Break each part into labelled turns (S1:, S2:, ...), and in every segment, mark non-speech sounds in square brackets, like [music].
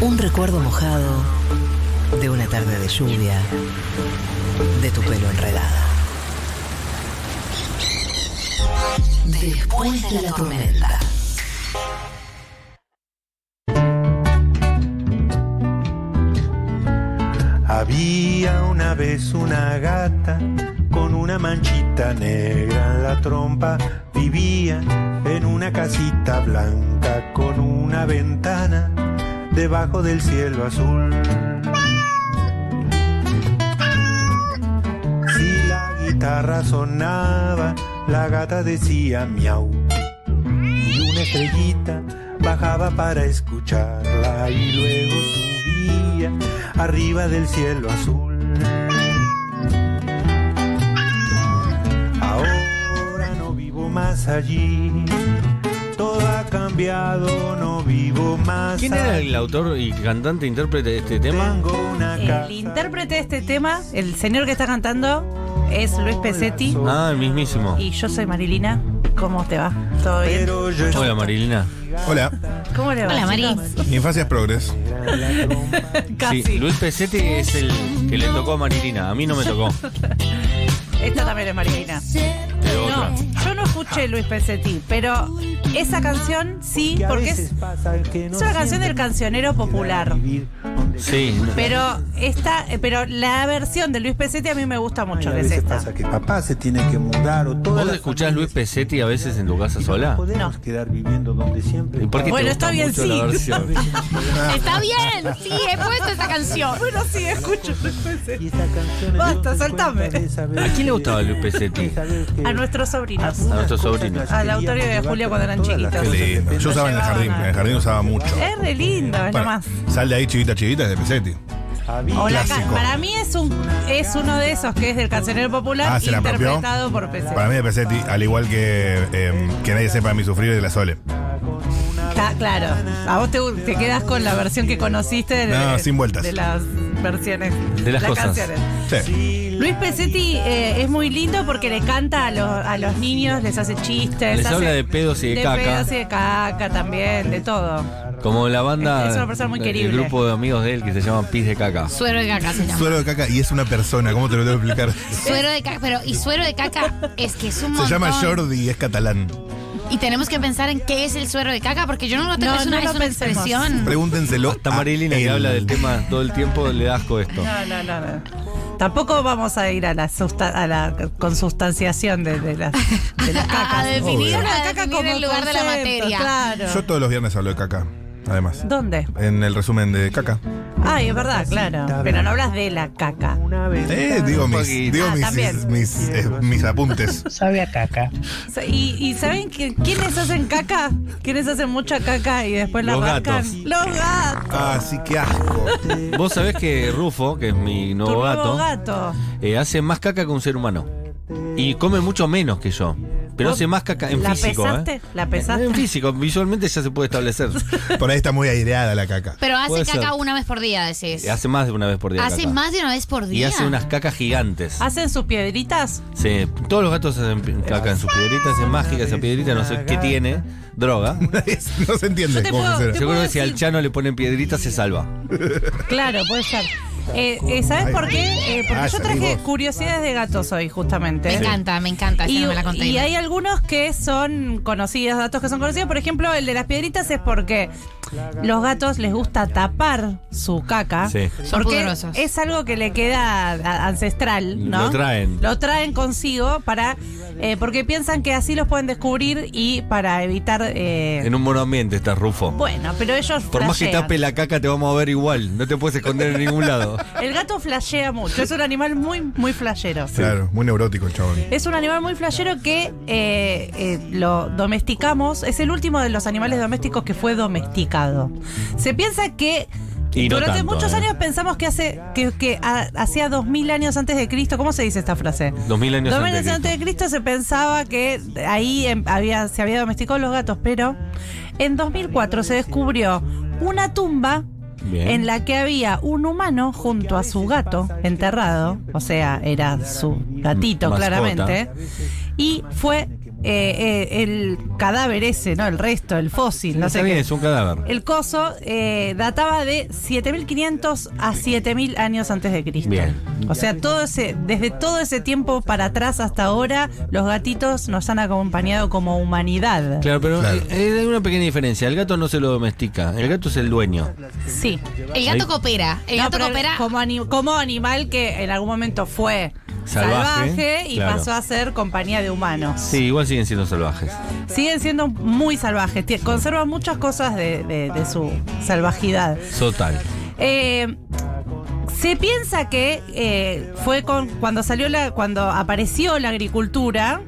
S1: Un recuerdo mojado de una tarde de lluvia, de tu pelo enredado. Después de la tormenta.
S2: Había una vez una gata con una manchita negra en la trompa. Vivía en una casita blanca con una ventana debajo del cielo azul. Si la guitarra sonaba, la gata decía miau. Y una estrellita bajaba para escucharla y luego subía arriba del cielo azul. Ahora no vivo más allí. Todo ha cambiado, no vivo más
S3: ¿Quién era
S2: allí.
S3: el autor y cantante, intérprete de este tema?
S2: Tengo una casa
S4: El intérprete de este tema, el señor que está cantando, es Luis Pesetti.
S3: Ah, el mismísimo.
S4: Y yo soy Marilina. ¿Cómo te va? ¿Todo bien?
S2: Pero yo
S3: Hola Marilina.
S5: Hola,
S4: ¿Cómo le va?
S6: Hola, Mari.
S4: chicos?
S5: mi infancia es progres.
S4: Casi.
S3: Sí, Luis Pesetti es el que le tocó a Marilina. A mí no me tocó.
S4: Esta también es Marilina.
S3: Pero otra.
S4: No, yo no escuché Luis Pesetti, pero esa canción sí,
S2: que a
S4: porque
S2: veces
S4: es,
S2: pasa que no
S4: es una canción
S2: siempre
S4: del cancionero popular.
S2: vivir donde
S3: Sí.
S4: Pero esta, eh, pero la versión de Luis Pesetti a mí me gusta
S2: Y
S4: mucho,
S2: a
S4: que es
S2: veces
S4: esta.
S2: pasa que papá se tiene que mudar o todo.
S3: ¿Vos escuchás Luis Pesetti a veces en tu casa sola?
S2: Podemos
S4: No.
S2: quedar viviendo donde siempre.
S3: ¿Y por qué
S4: Bueno,
S3: te gusta
S4: está bien,
S3: mucho
S4: sí.
S3: la
S4: [laughs]
S3: versión?
S6: Está bien, sí, he puesto esa canción.
S4: [laughs] Bueno, sí, escucho Luis Pesetti.
S2: Y esta canción es
S4: Basta,
S2: donde
S4: soltame.
S2: cuenta de esa vez
S3: ¿A quién le
S2: que-
S3: gustaba Luis Pesetti?
S2: esa vez que-
S4: A nuestros sobrinos.
S2: algunas
S3: A nuestros
S2: cosas
S3: sobrinos.
S2: las
S4: Al
S2: queríamos
S4: autorio de
S2: llevar,
S4: Julio
S2: pero
S4: cuando eran
S2: todas las
S4: chiquito.
S5: Qué
S2: cosas
S5: lindo.
S2: dependen-
S5: Yo usaba en el jardín, en el jardín usaba mucho.
S4: Es re lindo, es lo
S5: Bueno,
S4: más.
S5: sal de ahí chivita chivita de Pesetti.
S2: Había-
S4: O la ca-
S5: clásico.
S4: para mí es un es uno de esos que es del cancionero popular
S5: Ah, se la apropió.
S4: interpretado por Pesetti.
S5: Para mí de Pesetti, al igual que eh, que nadie sepa de mi sufrir de la Sole.
S4: Está claro. A vos te, te quedas con la versión que conociste de,
S5: No, sin vueltas.
S4: de las versiones
S3: De las cosas.
S4: canciones.
S5: Sí.
S4: Luis Pesetti eh, es muy lindo porque le canta a los, a los niños, les hace chistes,
S3: Les
S4: hace-
S3: habla de pedos y de caca.
S4: pedos y de caca también, de todo.
S3: Como la banda.
S4: Es una persona muy querible.
S3: El grupo de amigos de él que se llama Pis de Caca.
S6: Suero de caca se llama.
S5: Suero de caca y es una persona, ¿cómo te lo tengo que explicar?
S6: Suero de caca, pero y suero de caca es que es un
S5: Se
S6: montón.
S5: llama Jordi y es catalán.
S6: Y tenemos que pensar en qué es el suero de caca, porque yo no lo tengo,
S4: No,
S6: es una,
S4: no lo
S6: es una
S4: pensemos.
S6: expresión.
S5: Pregúntenselo.
S3: Hasta
S5: a
S3: Marilina que
S5: él.
S3: habla del tema todo el tiempo le das asco
S4: [laughs]
S3: esto.
S4: No, no, no, no. Tampoco vamos a ir a la, susta- a la consustanciación de, de las, de
S6: [laughs]
S4: las cacas.
S6: A definir,
S5: Obvio.
S6: a definir el lugar de la
S4: concepto,
S6: materia.
S4: Claro.
S5: Yo todos los viernes hablo de caca, además.
S4: ¿Dónde?
S5: En el resumen de caca.
S4: Ay, es verdad, claro. Pero no hablas de la caca.
S2: Una vez.
S5: Eh, digo mis,
S3: poquito.
S5: digo
S4: Ah,
S5: mis,
S4: también.
S5: mis, eh, mis apuntes.
S3: [laughs]
S4: ¿Y, y saben que, quiénes hacen caca? ¿Quiénes hacen mucha caca y después la
S3: Los
S4: rascan?
S3: gatos.
S4: Los gatos.
S5: Ah, sí, qué asco.
S3: Vos sabés que Rufo, que es mi
S4: Tu
S3: nuevo gato,
S4: nuevo gato.
S3: eh, hace más caca que un ser humano. Y come mucho menos que yo. Pero
S4: ¿Vos
S3: hace más caca en
S4: la
S3: físico.
S4: pesaste?
S3: ¿eh?
S4: ¿La pesaste?
S3: En físico, visualmente ya se puede
S4: [laughs]
S3: establecer.
S5: Por ahí está muy aireada la caca.
S6: Pero hace
S3: Puede ser.
S6: caca una vez por día, decís.
S3: Eh, hace más de una vez por día.
S6: Hace
S3: caca.
S6: más de una vez por
S3: Y
S6: día.
S3: hace unas cacas gigantes.
S4: ¿Hacen sus piedritas?
S3: Sí, todos los gatos hacen pi- caca en sus piedritas, es mágica esa piedrita, no sé qué tiene,
S4: [laughs]
S3: droga.
S5: no se entiende
S4: Yo te
S5: cómo
S4: puedo-
S5: funciona.
S4: te
S3: Seguro que
S4: puedo
S3: si al
S4: decir-
S3: chano le ponen piedritas se salva.
S4: Claro, puede ser. Eh, eh, ¿Sabes por qué? Eh, porque
S5: Ah,
S4: yo
S5: salí
S4: traje
S5: vos.
S4: curiosidades de gatos hoy, justamente.
S6: Me
S4: Sí.
S6: encanta, me encanta. esa
S4: Y,
S6: no me la conté.
S4: y hay algunos que son conocidos, datos que son conocidos. Por ejemplo, el de las piedritas es porque los gatos les gusta tapar su caca.
S3: Sí.
S6: Son
S4: Porque
S6: pudorosos.
S4: es algo que le queda a- ancestral, ¿no?
S3: Lo traen.
S4: Lo traen consigo para. eh, porque piensan que así los pueden descubrir y para evitar. eh,
S3: En un buen ambiente está Rufo.
S4: Bueno, pero ellos.
S3: Por más que
S4: flashean.
S3: tape la caca te vamos a ver igual, no te puedes esconder en ningún
S4: [laughs]
S3: lado.
S4: El gato flashea mucho. Es un animal muy, muy flashero.
S5: Claro, muy neurótico el chabón.
S4: Es un animal muy flashero que eh, eh, lo domesticamos. Es el último de los animales domésticos que fue domesticado. Se piensa que
S3: Y no
S4: durante
S3: tanto,
S4: muchos
S3: eh.
S4: años pensamos que hace que, que a- hacía 2000 años antes de Cristo. ¿Cómo se dice esta frase?
S3: 2000 años
S4: 2000
S3: antes.
S4: años
S3: de
S4: antes de Cristo se pensaba que ahí em, había, se había domesticado los gatos, pero en 2004 se descubrió una tumba
S3: Cristo. Bien.
S4: en la que había un humano junto a su gato enterrado, o sea, era su gatito
S3: Mascota.
S4: claramente, y fue eh, eh, el cadáver ese, ¿no? El resto, el fósil, no
S3: Está
S4: sé
S3: bien,
S4: qué.
S3: es un cadáver.
S4: El coso eh, databa de 7500 a 7000 años antes de Cristo.
S3: Bien.
S4: O sea, todo ese, desde todo ese tiempo para atrás hasta ahora, los gatitos nos han acompañado como humanidad.
S3: Claro, pero
S5: Claro.
S3: eh, eh, hay una pequeña diferencia. El gato no se lo domestica. El gato es el dueño.
S4: Sí.
S6: El
S3: Ahí-
S6: gato coopera. El
S4: No,
S6: gato
S4: pero
S6: coopera.
S4: como, ani- como animal que en algún momento fue
S3: Salvaje,
S4: salvaje, y
S3: claro.
S4: pasó a ser compañía de humanos.
S3: Sí, igual siguen siendo salvajes.
S4: Siguen siendo muy salvajes, tie- conservan muchas cosas de- de- de su salvajidad.
S3: Total.
S4: Eh, se piensa que eh, fue con cuando salió la, cuando apareció la agricultura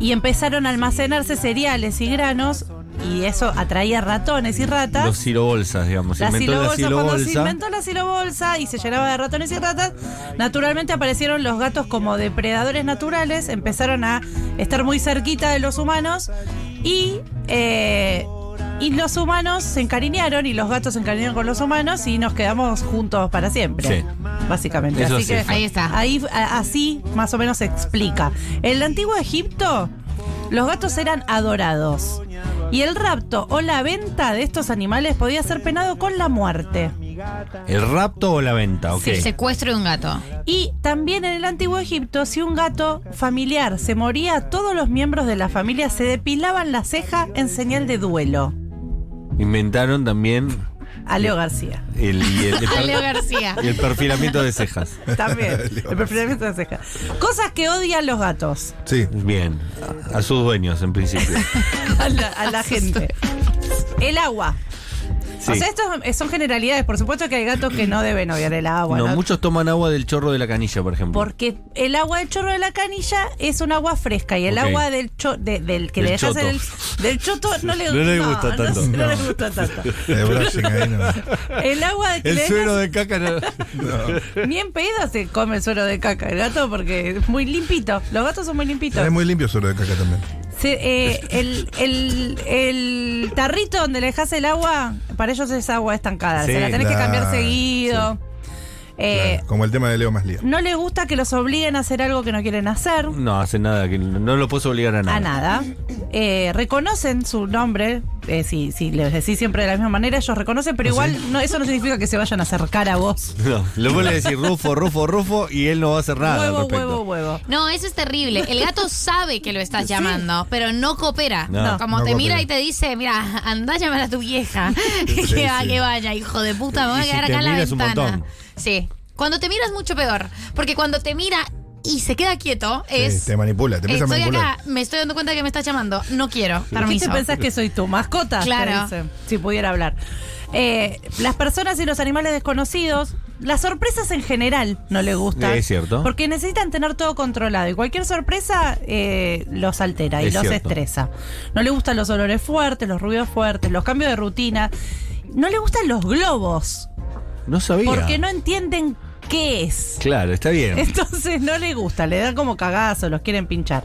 S4: y empezaron a almacenarse cereales y granos y eso atraía ratones y ratas.
S3: Los silobolsas, digamos. Se
S4: La
S3: inventó la
S4: silobolsa, cuando se
S3: silobolsa.
S4: inventó la silobolsa y se llenaba de ratones y ratas, naturalmente aparecieron los gatos como depredadores naturales, empezaron a estar muy cerquita de los humanos y, eh, y los humanos se encariñaron y los gatos se encariñaron con los humanos y nos quedamos juntos para siempre.
S3: Sí.
S4: Básicamente.
S3: Eso
S4: así
S3: sí,
S4: que
S3: fue.
S6: Ahí está.
S4: Ahí, a- así más o menos se explica. En el antiguo Egipto, los gatos eran adorados. Y el rapto o la venta de estos animales podía ser penado con la muerte.
S3: ¿El rapto o la venta? Ok.
S6: El secuestro de un gato.
S4: Y también en el antiguo Egipto, si un gato familiar se moría, todos los miembros de la familia se depilaban la ceja en señal de duelo.
S3: Inventaron también
S4: A Leo [laughs] García.
S3: el, y el-
S6: Leo García.
S3: y el perfilamiento de cejas.
S4: También.
S5: Leo
S4: el perfilamiento de ceja. Cosas que odian los gatos.
S5: Sí.
S3: Bien. A sus dueños, en principio.
S4: [laughs] a la, a [laughs] la gente. El agua.
S3: Sí.
S4: O sea, estos son generalidades. Por supuesto que hay gatos que no deben obviar el agua.
S3: no,
S4: ¿no?
S3: muchos toman agua del chorro de la canilla, por ejemplo.
S4: Porque el agua del chorro de la canilla es un agua fresca y el
S3: Ok.
S4: agua del, cho- de- del que
S3: Del
S4: le dejas
S3: choto.
S4: en el del choto no
S3: [laughs]
S4: le,
S3: No le
S4: no,
S3: gusta
S4: no
S3: tanto.
S4: sé, no le
S5: No.
S3: [laughs]
S4: gusta tanto. [laughs]
S5: De brushing ahí, no.
S4: El agua de que le dejas-
S3: de caca. no-
S4: ni en pedo se come el suero de caca el gato porque es muy limpito. Los gatos son muy limpitos.
S5: Es muy limpio solo de caca también.
S4: Se- eh, el, el- el tarrito donde le dejas el agua, para ellos es agua estancada.
S3: Sí,
S4: se la tenés que cambiar
S5: claro,
S4: seguido. Eh,
S5: Claro, Como el tema de Leo Maslía.
S4: No les gusta que los obliguen a hacer algo que no quieren hacer.
S3: No, hace nada, que no lo puedes obligar a nada.
S4: A nada. Eh, reconocen su nombre. eh, si, si les decís siempre de la misma manera, ellos
S3: Ah,
S4: reconocen, pero igual no, eso no significa que se vayan a acercar a vos.
S3: [laughs] No, le voy a decir Rufo, Rufo, Rufo y él no va a hacer nada. al
S4: huevo,
S3: respecto.
S4: huevo, huevo.
S6: No, eso es terrible.
S5: [laughs]
S6: El gato sabe que lo estás llamando, pero no coopera.
S3: No.
S6: Como
S5: No
S6: te mira
S5: coopera.
S6: y te dice, mira, anda a llamar a tu vieja.
S5: [laughs]
S6: [laughs]
S5: Sí,
S6: que va,
S5: sí.
S6: que vaya, hijo de puta, me voy
S3: Y
S6: a
S3: si
S6: quedar
S3: te
S6: acá en la
S3: mira es un
S6: ventana.
S3: montón.
S6: Sí. Cuando te miras mucho peor. Porque cuando te mira y se queda quieto, es.
S5: Sí, te manipula, te empieza a
S6: Estoy
S5: manipular.
S6: acá, me estoy dando cuenta que me estás llamando. No quiero.
S4: ¿Qué
S6: Permiso.
S4: te pensás que soy tu mascota? Te
S6: ah, Claro.
S4: dicen, si pudiera hablar. Eh, las personas y los animales desconocidos, las sorpresas en general no les gustan.
S3: Es cierto.
S4: Porque necesitan tener todo controlado y cualquier sorpresa eh, los altera y
S3: Es
S4: los
S3: cierto.
S4: estresa. No les gustan los olores fuertes, los ruidos fuertes, los cambios de rutina. No les gustan los globos
S3: No sabía.
S4: porque no entienden qué es.
S3: Claro, está bien.
S4: Entonces no les gusta, le dan como cagazo, los quieren pinchar.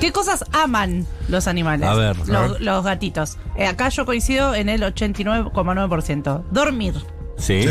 S4: ¿Qué cosas aman los animales?
S3: A ver,
S4: los,
S3: a ver.
S4: los gatitos. Eh, acá yo coincido en el 89,9%. Dormir.
S3: Sí.
S5: Sí.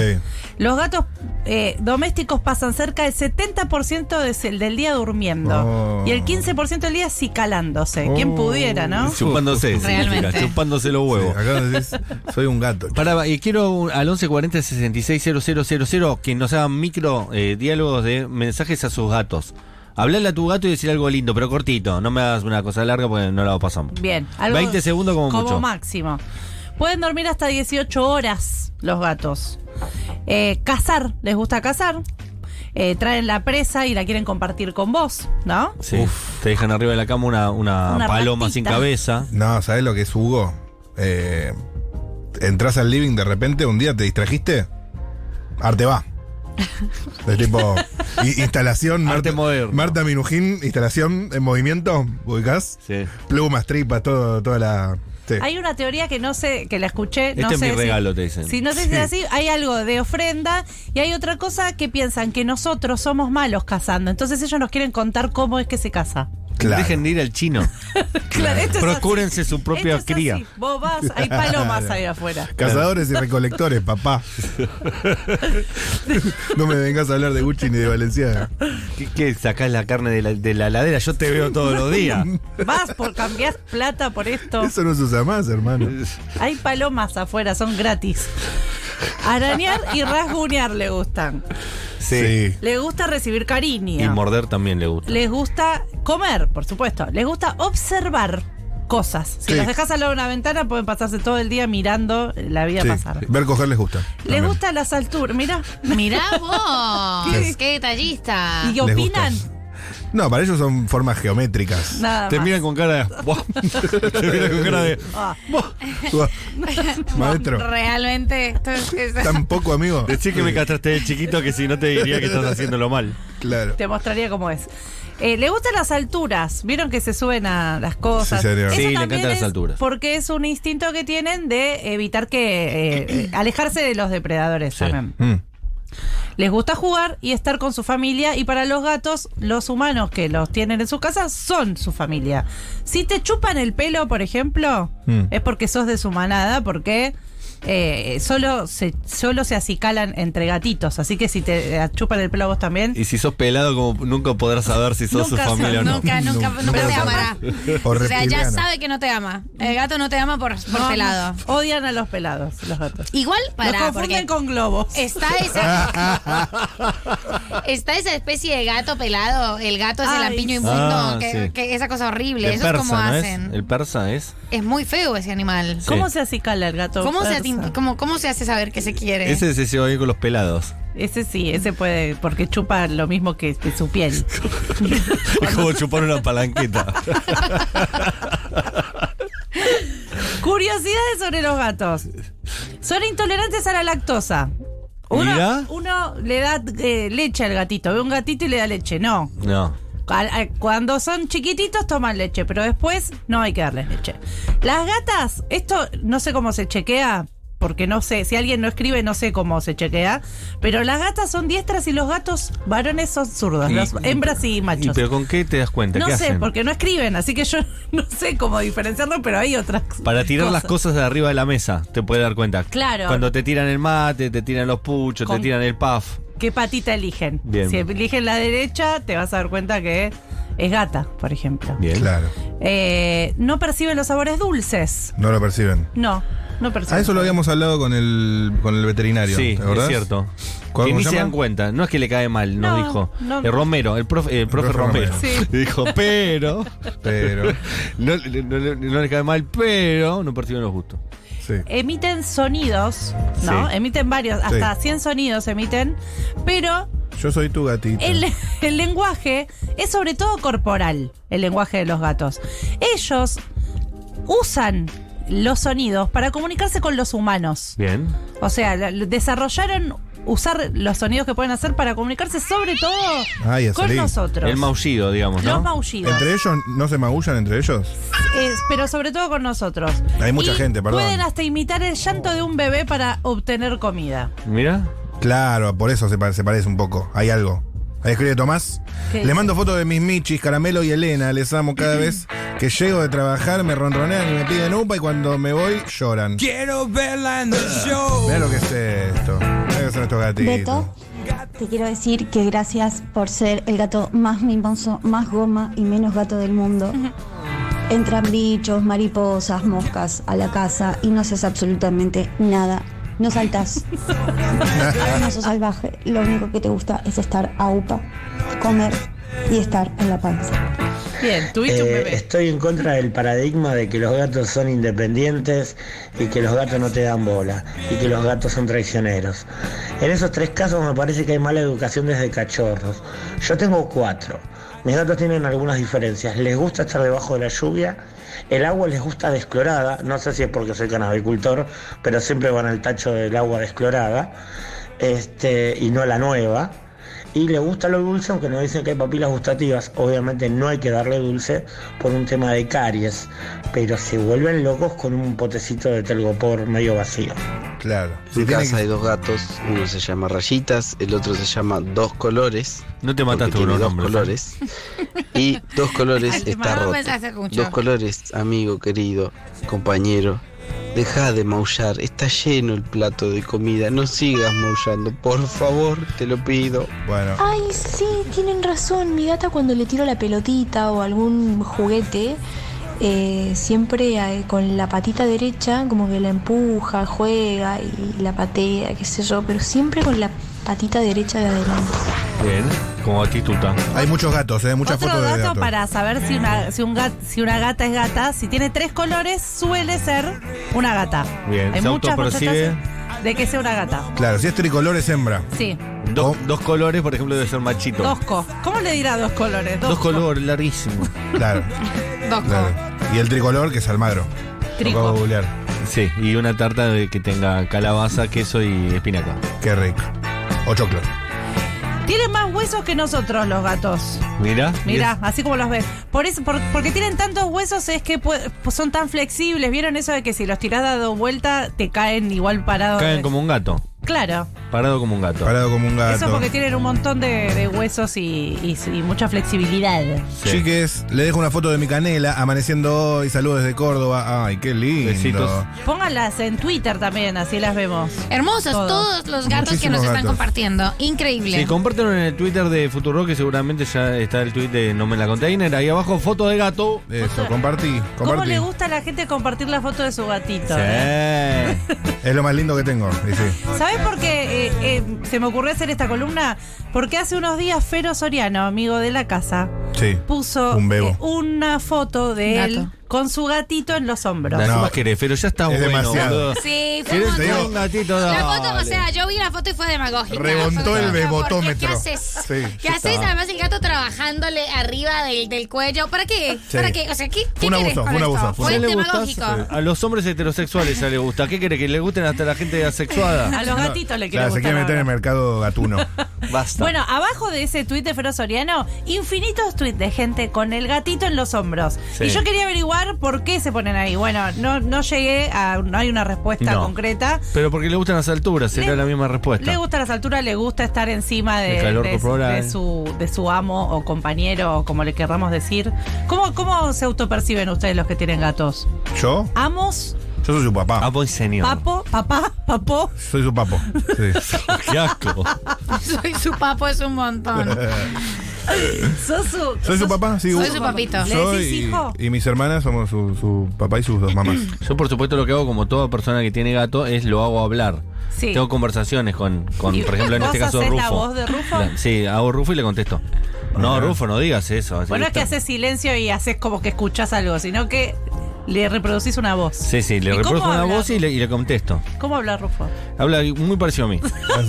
S4: Los gatos eh, domésticos pasan cerca del 70% de se- del día durmiendo
S5: Oh.
S4: y el 15% del día cicalándose.
S5: Oh.
S4: Quien pudiera, ¿no?
S3: Chupándose, significa,
S6: Realmente.
S3: chupándose los
S5: Sí,
S3: huevos.
S5: acá decís, soy un gato.
S3: Pará, y quiero un- al 1140 660000 que nos hagan micro eh, diálogos de mensajes a sus gatos. Hablarle a tu gato y decir algo lindo, pero cortito. No me hagas una cosa larga porque no la pasamos.
S4: Bien.
S3: 20 segundos como mucho.
S4: máximo. Pueden dormir hasta 18 horas los gatos. Eh, cazar, les gusta cazar. Eh, traen la presa y la quieren compartir con vos, ¿no?
S3: Sí. Te dejan arriba de la cama una, una
S4: Una
S3: paloma
S4: ratita.
S3: sin cabeza.
S5: No, ¿sabes lo que es Hugo? Eh, entras al living de repente, un día te distrajiste, arte va.
S4: [laughs]
S5: Es tipo, i- instalación,
S3: Arte
S5: Marta,
S3: moderno.
S5: Marta Minujín, instalación en movimiento, ubicás,
S3: Sí.
S5: plumas, tripas, todo, toda la... sí.
S4: Hay una teoría que no sé, que la escuché. no
S3: Este es
S4: sé
S3: mi
S4: si-
S3: regalo, te dicen.
S4: Si no sé si es así, hay algo de ofrenda y hay otra cosa que piensan que nosotros somos malos cazando. Entonces ellos nos quieren contar cómo es que se caza.
S5: Claro.
S3: Dejen de ir al chino.
S4: Claro, esto es
S3: Procúrense
S4: así.
S3: su propia
S4: Esto es
S3: cría.
S4: así. Vos vas, hay palomas
S5: Claro.
S3: [laughs]
S4: ahí afuera.
S5: Cazadores y recolectores, papá. No me vengas a hablar de Gucci ni de Valenciaga.
S3: ¿Qué, qué sacás la carne de la, de la ladera? Yo te veo todos los días.
S4: Vas por cambiar plata por esto.
S5: Eso no se usa más, hermano.
S4: Hay palomas afuera, son gratis. Arañar y rasguñar le gustan.
S5: [laughs] Sí.
S4: Le gusta recibir cariño.
S3: Y morder también le gusta.
S4: Les gusta comer, por supuesto. Les gusta observar cosas. Si
S5: Sí.
S4: los dejas al lado de una ventana, pueden pasarse todo el día mirando la vida
S5: Sí.
S4: pasar.
S5: Ver coger les gusta.
S4: Les
S5: También.
S4: gustan las alturas. Mira,
S6: Mirá vos,
S4: Sí.
S6: qué detallista. [laughs]
S4: ¿y qué
S5: Les
S4: opinan?
S5: No, para ellos son formas geométricas.
S4: Nada.
S3: Te
S4: más.
S3: miran con cara de. "Buah". Te miran con cara Eh, de.
S4: Ah,
S5: [laughs] Maestro,
S6: Realmente, esto es- es-
S5: tampoco amigo.
S3: Decí que me castraste de chiquito que si no te diría que estás haciéndolo mal.
S5: Claro.
S4: te mostraría cómo es. Eh, le gustan las alturas. Vieron que se suben a las cosas.
S5: Sí, señor.
S4: Eso
S5: Sí,
S3: le
S4: también
S3: encantan las
S4: es
S3: alturas.
S4: Porque es un instinto que tienen de evitar que. eh, eh, alejarse de los depredadores
S3: Sí.
S4: también.
S5: Mm.
S4: Les gusta jugar y estar con su familia. Y para los gatos, los humanos que los tienen en sus casas son su familia. Si te chupan el pelo, por ejemplo,
S5: Mm.
S4: es porque sos deshumanada, porque eh, solo, se, solo se acicalan entre gatitos. Así que si te eh, chupan el pelo a vos también.
S3: Y si sos pelado, como nunca podrás saber si sos
S4: Nunca
S3: su familia o no.
S6: nunca, nunca,
S5: No,
S6: nunca
S5: no
S6: te
S5: pasa
S6: amará.
S5: nada. O
S6: O sea, ya
S5: reptiliano.
S6: sabe que no te ama. El gato no te ama por, por este
S4: No,
S6: pelado.
S4: no, odian a los pelados, los gatos.
S6: Igual
S4: los
S6: para
S4: confunden con globos. [laughs]
S6: está esa está esa especie de gato pelado, el gato es el
S4: Ay, sí.
S6: lampiño inmundo,
S3: Ah,
S6: que,
S3: sí.
S6: que esa cosa horrible,
S3: El
S6: eso es como
S3: persa, ¿no es?
S6: hacen.
S3: El persa es.
S6: Es muy feo ese animal.
S3: Sí.
S4: ¿Cómo se acicala el gato?
S6: ¿Cómo, se,
S4: persa?
S6: atin- cómo, cómo se hace saber que se quiere?
S3: Ese se lleva bien con los pelados.
S4: Ese sí, ese puede, porque chupa lo mismo que, que su
S6: [laughs]
S4: piel.
S3: Es como chupar una palanqueta.
S4: Curiosidades sobre los gatos. Son intolerantes a la lactosa.
S3: Mirá.
S4: Uno, uno le da eh, leche al gatito, ve un gatito y le da leche. No.
S3: No.
S4: Al- al- Cuando son chiquititos toman leche, pero después no hay que darles leche. Las gatas, esto no sé cómo se chequea, porque no sé, si alguien no escribe no sé cómo se chequea, pero las gatas son diestras y los gatos varones son zurdos,
S3: Y-
S4: los hembras y
S3: ¿Y
S4: machos.
S3: pero con qué te das cuenta?
S4: Ah, No
S3: ¿Qué
S4: sé,
S3: hacen?
S4: porque no escriben, así que yo [laughs] no sé cómo diferenciarlo, pero hay otras
S3: Para tirar las cosas de arriba de la mesa, te puedes dar cuenta.
S4: Claro.
S3: Cuando te tiran el mate, te tiran los puchos,
S4: Con-
S3: te tiran el puff.
S4: ¿Qué patita eligen?
S3: Bien.
S4: Si eligen la derecha, te vas a dar cuenta que es gata, por ejemplo.
S3: Bien.
S5: Claro.
S4: Eh, no perciben los sabores dulces.
S5: No lo perciben.
S4: No, no perciben.
S5: A eso lo habíamos hablado con el, con el veterinario.
S3: Sí,
S5: ¿te acordás?
S3: es cierto.
S5: ¿Cómo
S3: Que ni
S5: se
S3: se
S5: llama?
S3: dan cuenta. No es que le cae mal, nos
S4: No,
S3: dijo.
S4: no.
S3: El Romero, el profe, eh, el profe
S5: profe
S3: Romero.
S5: Romero.
S4: Sí.
S3: Le dijo, pero.
S5: Pero.
S3: No, le- no le- no le cae mal, pero no perciben los gustos.
S5: Sí.
S4: Emiten sonidos, ¿no?
S3: Sí.
S4: Emiten varios, hasta
S5: Sí.
S4: 100 sonidos emiten, pero
S5: Yo soy tu gatito.
S4: el, [laughs] el lenguaje es sobre todo corporal, el lenguaje de los gatos. Ellos usan los sonidos para comunicarse con los humanos.
S3: Bien.
S4: O sea, la- lo- desarrollaron usar los sonidos que pueden hacer para comunicarse, sobre todo
S5: Ah, ya
S4: con
S5: salí.
S4: nosotros.
S3: El maullido, digamos,
S4: Los
S3: ¿no?
S4: maullidos.
S5: ¿Entre ellos no se magullan entre ellos?
S4: es- pero sobre todo con nosotros.
S5: Hay mucha gente, perdón.
S4: Pueden hasta imitar el llanto de un bebé para obtener comida.
S3: Mira.
S5: Claro, por eso se, pa- se parece un poco. Hay algo. Ahí escribe Tomás.
S4: ¿Qué
S5: Le
S4: dice?
S5: mando fotos de mis michis, Caramelo y Elena. Les amo cada vez que llego de trabajar, me ronronean y me piden upa y cuando me voy lloran.
S7: Quiero verla en el show.
S5: Mira lo que es esto. Mira lo que son estos gatitos.
S8: Beto, te quiero decir que gracias por ser el gato más mimoso, más goma y menos gato del mundo. Entran bichos, mariposas, moscas a la casa y no haces absolutamente nada. No saltas. no sos salvaje. Lo único que te gusta es estar a upa, comer y estar en la panza.
S4: Bien, tuviste un
S9: Eh,
S4: bebé.
S9: estoy en contra del paradigma de que los gatos son independientes y que los gatos no te dan bola y que los gatos son traicioneros. En esos tres casos me parece que hay mala educación desde cachorros. Yo tengo cuatro. Mis gatos tienen algunas diferencias. Les gusta estar debajo de la lluvia. El agua les gusta desclorada. No sé si es porque soy canabicultor, pero siempre van al tacho del agua desclorada. Este, y no a la nueva. y le gusta lo dulce, aunque nos dicen que hay papilas gustativas. Obviamente no hay que darle dulce por un tema de caries, pero se vuelven locos con un potecito de telgopor medio vacío.
S5: Claro.
S10: En mi
S5: tiene
S10: casa
S5: que-
S10: hay dos gatos, uno se llama Rayitas, el otro se llama Dos Colores.
S3: No te
S10: porque
S3: mataste
S10: tiene
S3: unos
S10: dos
S3: nombres, ¿eh?
S10: colores. Y Dos Colores
S6: Ay, te
S10: está
S6: mandaba un
S10: roto.
S6: mensaje, Cucho.
S10: Dos Colores, amigo querido, compañero. Deja de maullar, está lleno el plato de comida, no sigas maullando, por favor, te lo pido.
S5: Bueno,
S11: Ay, sí, tienen razón. Mi gata cuando le tiro la pelotita o algún juguete, eh, siempre eh, con la patita derecha como que la empuja, juega y la patea, qué sé yo, pero siempre con la patita derecha de adelante.
S3: Bien, como actitud. ¿tá?
S5: hay muchos gatos, ¿eh? Muchas
S4: Otro
S5: fotos de
S4: dato
S5: gatos.
S4: para saber si una, si, un gat- si una gata es gata, si tiene tres colores, suele ser una gata.
S3: Bien,
S4: Hay
S3: se
S4: muchas
S3: autopercibe.
S4: muchachas de que sea una gata.
S5: Claro, si es tricolor es hembra.
S4: Sí,
S3: Dos,
S5: Oh.
S3: dos colores, por ejemplo, debe ser machito.
S4: dosco. ¿Cómo le dirá dos colores?
S3: Dos colores, larguísimo.
S5: Claro,
S6: Dosco.
S5: claro. Y el tricolor que es almagro. Lo acabo de
S4: Trico.
S5: googlear.
S3: Sí, y una tarta de que tenga calabaza, queso y espinaca.
S5: Qué rico. O choclo.
S4: Tienen más huesos que nosotros los gatos.
S3: Mira,
S4: Mirá, así como los ves. Por eso, por- porque tienen tantos huesos es que pu- son tan flexibles. ¿Vieron eso de que si los tirás dado vuelta te caen igual parados?
S3: Caen como Ah, un gato.
S4: Claro.
S3: Parado como un gato.
S5: Parado como un gato.
S4: Eso porque tienen un montón de, de huesos y, y- y mucha flexibilidad.
S3: Sí.
S5: Chiques, le dejo una foto de mi canela amaneciendo hoy. Saludos desde Córdoba. Ay, qué lindo.
S3: Besitos.
S4: Pónganlas en Twitter también, así las vemos.
S6: Hermosos
S4: Todos.
S6: todos los gatos que
S5: Muchísimos
S6: nos están
S5: gatos.
S6: compartiendo. Increíble.
S3: Sí, compártelo en el Twitter de Futuro que seguramente ya está el tweet de No me la container. Ahí abajo, foto de gato.
S5: Eso, compartí.
S4: ¿Cómo
S5: Compartí.
S4: le gusta a la gente compartir la foto de su gatito? eh?
S3: Sí.
S5: Es lo más lindo que tengo. y sí.
S4: ¿Sabes por qué eh, eh, se me ocurrió hacer esta columna? Porque hace unos días Fero Soriano, amigo de la casa, [laughs]
S5: Sí.
S4: puso
S5: Un bebo.
S4: eh, una foto de
S6: Gato.
S4: él con su gatito en los hombros.
S3: La
S5: No.
S3: más querés, pero ya está
S5: Es
S3: bueno.
S5: demasiado.
S3: boludo.
S6: Sí, fue
S3: ¿Querés
S6: un
S5: te
S3: tener
S5: digo,
S3: un gatito?
S6: La
S3: Dale.
S6: foto, o sea, yo vi la foto y fue demagógica.
S5: Rebontó
S6: Fue
S5: el
S6: demagógica, porque
S5: bebotómetro.
S6: ¿Qué haces?
S5: Sí,
S6: ¿Qué
S5: ya
S6: haces?
S5: está.
S6: Además el gato trabajándole arriba del, del cuello. ¿Para qué?
S5: Sí.
S6: ¿Para qué? O sea, ¿qué, qué
S5: Un
S6: querés
S5: abuso,
S6: con
S5: un
S6: esto?
S5: abuso,
S3: ¿A
S6: Fue
S3: quién le
S6: demagógico.
S3: gustás? eh, a los hombres heterosexuales ya le gusta. ¿Qué quiere? ¿Que le gusten hasta la gente asexuada?
S4: A los gatitos le quiere
S5: Claro, se
S4: gustar
S5: quiere meter en
S4: ahora.
S5: el mercado
S4: [laughs]
S5: gatuno.
S3: Basta.
S4: Bueno, abajo de ese tuit de Fero Soriano, infinitos tuits de gente con el gatito en los hombros.
S3: Sí.
S4: Y yo quería averiguar por qué se ponen ahí. Bueno, no, no llegué a. No hay una respuesta
S3: No.
S4: concreta.
S3: Pero porque le gustan las alturas, será
S4: Le-
S3: la misma respuesta.
S4: Le gustan las alturas, le gusta estar encima de,
S3: El calor
S4: de-
S3: corporal.
S4: de su, de su amo o compañero, o como le querramos decir. ¿Cómo, cómo se autoperciben ustedes los que tienen gatos?
S5: ¿Yo?
S4: Ah. ¿Amos?
S5: Yo soy su papá.
S3: Papo y Ah, señor.
S4: ¿Papo? ¿Papá? ¿Papó?
S5: Soy su papo.
S4: [laughs]
S5: Sí.
S3: Qué asco.
S6: [laughs] Soy su papo, es un
S5: [laughs]
S6: montón.
S4: ¿Sos su,
S5: Soy su
S4: sos-
S5: papá, sí.
S6: Soy su papito.
S4: ¿Le
S5: Soy
S4: decís hijo?
S5: y, y mis hermanas somos su, su papá y sus dos
S4: [laughs]
S5: mamás.
S3: Yo, por supuesto, lo que hago, como toda persona que tiene gato, es lo hago hablar.
S4: Sí.
S3: Tengo conversaciones con, con
S4: ¿Y
S3: por ejemplo, en
S4: vos
S3: este caso,
S4: hacés
S3: Rufo.
S4: la voz de Rufo?
S3: La- sí, hago Rufo y le contesto. No, Rufo, no digas eso. Así
S4: Bueno, es que
S3: está.
S4: haces silencio y haces como que escuchás algo, sino que le reproducís una voz.
S3: Sí, sí,
S4: ¿Y
S3: le
S4: cómo
S3: reproduzco una
S4: habla?
S3: voz y le, y le contesto.
S4: ¿Cómo habla Rufo?
S3: Habla muy parecido a
S4: [laughs]
S3: mí.
S5: Así.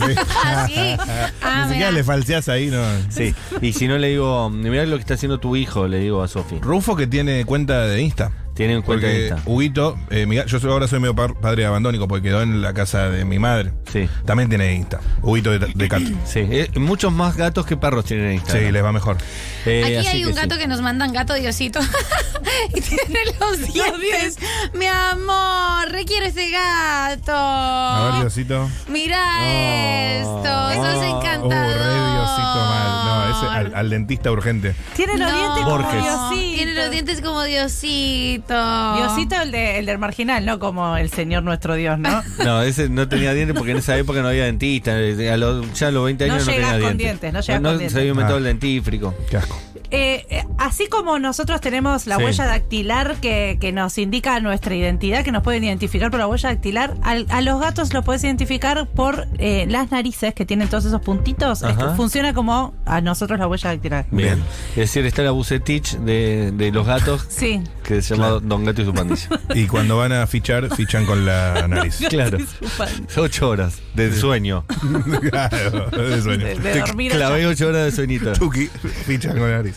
S6: Así. Ah,
S5: Ni siquiera
S6: mira.
S5: le falseás ahí, ¿no?
S3: Sí. Y si no, le digo, mirá lo que está haciendo tu hijo, le digo a Sofi.
S5: Rufo que tiene cuenta de Insta.
S3: Tiene en cuenta
S5: Porque
S3: esta.
S5: Huguito, eh, mi ga- yo soy- ahora soy medio par- padre abandónico porque quedó en la casa de mi madre.
S3: Sí.
S5: También tiene Insta. Huguito de, de Cati.
S3: Sí, eh, muchos más gatos que perros tienen en Instagram.
S5: Sí, les va mejor.
S3: Eh,
S6: Aquí
S3: así
S6: hay un
S3: sí.
S6: gato que nos mandan gato Diosito. [laughs] y tiene los dientes. Mi amor, requiero este gato.
S5: A ver, Diosito.
S6: Mira
S3: Oh.
S6: esto, sos
S3: Oh.
S5: Uh, re
S6: encantador.
S5: Diosito mal. No, ese al, al dentista urgente.
S4: Tiene los
S6: No,
S4: dientes como
S3: Borges.
S4: Diosito.
S6: Tiene los dientes como Diosito.
S4: Diosito el, de, el del marginal, no como el Señor nuestro Dios, ¿no?
S3: No, ese no tenía dientes porque en esa época no había dentista. eh, a los- ya a los 20
S4: No
S3: años no,
S4: llegás
S3: tenía
S4: con
S3: dientes.
S4: dientes, no llegás con
S3: Se había
S4: dientes.
S3: inventado
S5: Ah.
S3: el dentífrico.
S5: Qué asco.
S4: Eh, eh, así como nosotros tenemos la
S3: Sí.
S4: huella dactilar que, que nos indica nuestra identidad, que nos pueden identificar por la huella dactilar, al- a los gatos los puedes identificar por eh, las narices que tienen todos esos puntitos. Es que
S3: Ajá.
S4: funciona como a nosotros la huella dactilar.
S3: Bien.
S5: Bien.
S3: Es decir, está la bucetich de, de los gatos
S4: Sí. [laughs]
S3: que se llama Don Gato y su pandilla.
S5: Y cuando van a fichar, fichan con
S3: [laughs]
S5: la nariz.
S3: claro.
S4: Disculpa.
S3: Ocho horas de sueño. [laughs]
S5: claro, de sueño.
S4: De- de dormir ocho
S3: Clavé ocho horas de sueñito.
S5: Tuki, fichan con la nariz.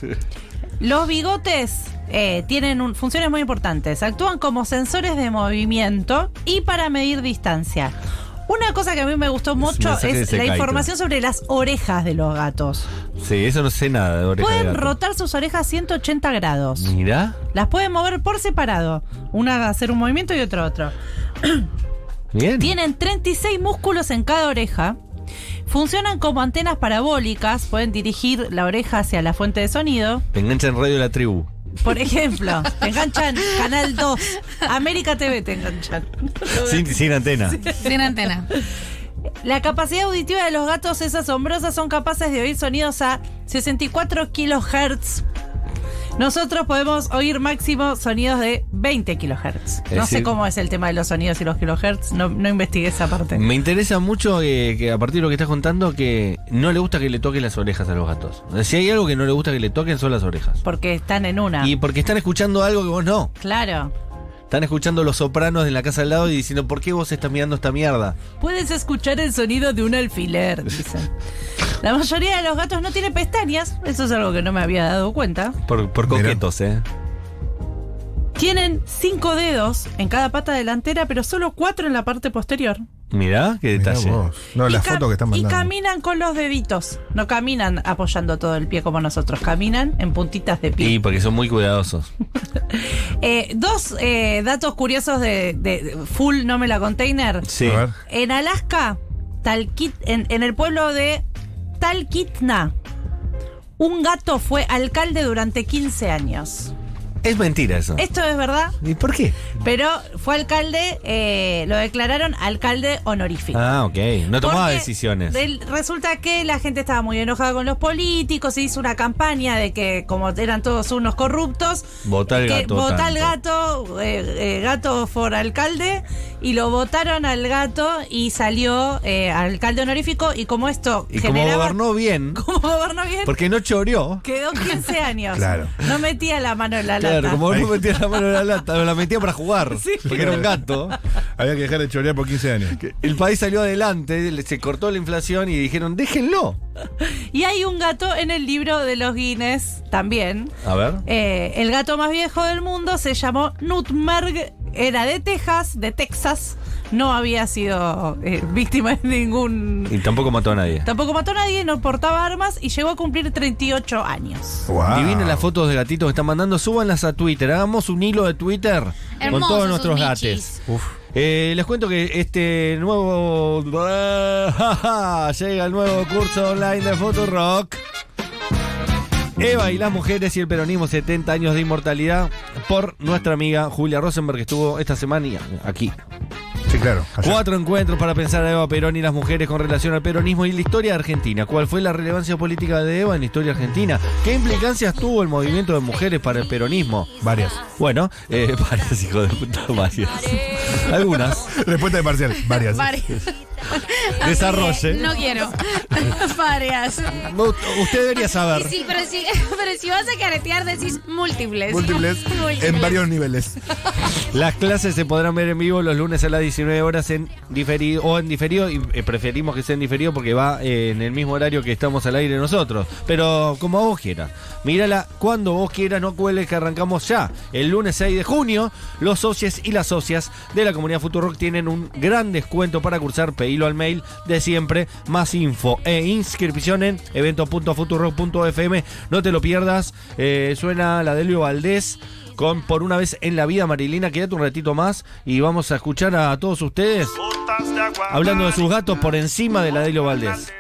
S4: Los bigotes eh, tienen un- funciones muy importantes. Actúan como sensores de movimiento y para medir distancia. Una cosa que a mí me gustó mucho
S3: mensaje de
S4: es
S3: ese
S4: la
S3: kite.
S4: información sobre las orejas de los gatos.
S3: [laughs] Sí, eso no sé nada de oreja de
S4: Pueden
S3: gato. Mm.
S4: rotar sus orejas 180 grados.
S3: Mirá,
S4: Las pueden mover por separado. Una hacer un movimiento y otro
S3: [laughs]
S4: otro.
S3: bien.
S4: Tienen 36 músculos en cada oreja. Funcionan como antenas parabólicas. Pueden dirigir la oreja hacia la fuente de sonido.
S3: Te engancha en radio la tribu.
S4: Por
S3: [laughs]
S4: ejemplo, te enganchan Canal 2. América TV te enganchan.
S3: Sin, sin antena.
S6: Sin antena.
S4: La capacidad auditiva de los gatos es asombrosa, son capaces de oír sonidos a 64 kilohertz. Nosotros podemos oír máximo sonidos de 20 kilohertz.
S3: Es
S4: No sé
S3: decir-
S4: cómo es el tema de los sonidos y los kilohertz, no, no investigué esa parte.
S3: Me interesa mucho eh, que a partir de lo que estás contando que no le gusta que le toquen las orejas a los gatos. Si hay algo que no le gusta que le toquen son las orejas.
S4: Porque están en una.
S3: Y porque están escuchando algo que vos no.
S4: Claro.
S3: Están escuchando los sopranos de la casa al lado y diciendo, ¿por qué vos estás mirando esta mierda?
S4: Puedes escuchar el sonido de
S3: [laughs]
S4: un alfiler, dicen. La mayoría de los gatos no tiene pestañas, eso es algo que no me había dado cuenta.
S3: Por, por
S5: Mirá.
S3: coquetos, ¿eh?
S4: Tienen cinco dedos en cada pata delantera, pero solo cuatro en la parte posterior.
S3: Mirá, qué
S5: Mirá
S3: detalle.
S5: vos. No,
S4: Y
S5: las
S4: cam-
S5: fotos que están
S4: Y
S5: mandando.
S4: caminan con los deditos. No caminan apoyando todo el pie como nosotros. Caminan en puntitas de
S3: Y
S4: pie.
S3: porque son muy cuidadosos.
S4: Eh, dos eh, datos curiosos de, de- de Full No Me La Container.
S3: Sí.
S5: A ver.
S4: En Alaska, Talquit, en, en el pueblo de Talquitna, un gato fue alcalde durante 15 años.
S3: Es mentira eso.
S4: Esto es verdad,
S3: ¿Y por qué?
S4: pero fue alcalde, eh, lo declararon alcalde honorífico.
S3: Ah, ok. No tomaba
S4: Porque
S3: decisiones.
S4: del- resulta que la gente estaba muy enojada con los políticos, se hizo una campaña de que como eran todos unos corruptos,
S3: Votá al
S4: que
S3: gato
S4: votá al
S3: tanto.
S4: gato, eh, eh, gato for alcalde, y lo votaron al gato y salió eh, alcalde honorífico y como esto
S3: Y como
S4: generaba...
S3: gobernó bien,
S4: [laughs] como gobernó bien,
S3: porque no choreó.
S4: quedó 15 años.
S5: Claro.
S4: No metía la mano en la
S3: Claro,
S4: lata.
S3: como no metía la mano en la lata, la metía para jugar, porque era un gato.
S5: Había que dejar de chorear por 15 años.
S3: El país salió adelante, le- se cortó la inflación y dijeron, déjenlo.
S4: Y hay un gato en el libro de los Guinness también.
S3: A ver.
S4: Eh, el gato más viejo del mundo se llamó Nutmerg, era de Texas, de Texas, no había sido eh, víctima de ningún...
S3: Y tampoco mató a nadie.
S4: Tampoco mató a nadie, no portaba armas y llegó a cumplir 38 años.
S5: Wow.
S3: Divina las fotos de gatitos que están mandando, súbanlas a Twitter. Hagamos un hilo de Twitter con
S6: Hermosos
S3: todos
S6: sus
S3: nuestros gates.
S6: michis.
S3: Eh, les cuento que este nuevo. [laughs] Llega el nuevo curso online de Fotorock. Eva y las mujeres y el peronismo, 70 años de inmortalidad, por nuestra amiga Julia Rosenberg, que estuvo esta semana y- aquí.
S5: Sí, claro. ayer.
S3: Cuatro encuentros para pensar a Eva Perón y las mujeres con relación al peronismo y la historia argentina. ¿Cuál fue la relevancia política de Eva en la historia argentina? ¿Qué implicancias tuvo el movimiento de mujeres para el peronismo?
S5: Varias.
S3: Bueno, eh, [laughs] varias, hijo de puta, varias. Algunas.
S5: Respuesta de parcial. Varias.
S6: [laughs] Varias.
S3: Desarrolle.
S6: No
S4: [laughs]
S6: quiero. Varias.
S3: U- Usted debería
S6: Y
S3: saber.
S6: sí, pero si, [laughs] pero si vas a caretear, decís [laughs] múltiples.
S5: Múltiples. En varios niveles.
S3: Las clases se podrán ver en vivo los lunes a las 19 horas en diferido o en diferido. Y eh, preferimos que sea en diferido porque va eh, en el mismo horario que estamos al aire nosotros. Pero como vos quieras. Mírala cuando vos quieras, no cueles que arrancamos ya. El lunes 6 de junio, los socios y las socias de la comunidad Futurock tienen un gran descuento para cursar. Pedilo al mail de siempre. Más info e inscripción en evento.futurock.fm. No te lo pierdas. Eh, suena la de Leo Valdés con Por una vez en la vida, Marilina. Quédate un ratito más y vamos a escuchar a todos ustedes hablando de sus gatos por encima de la Delio Valdés.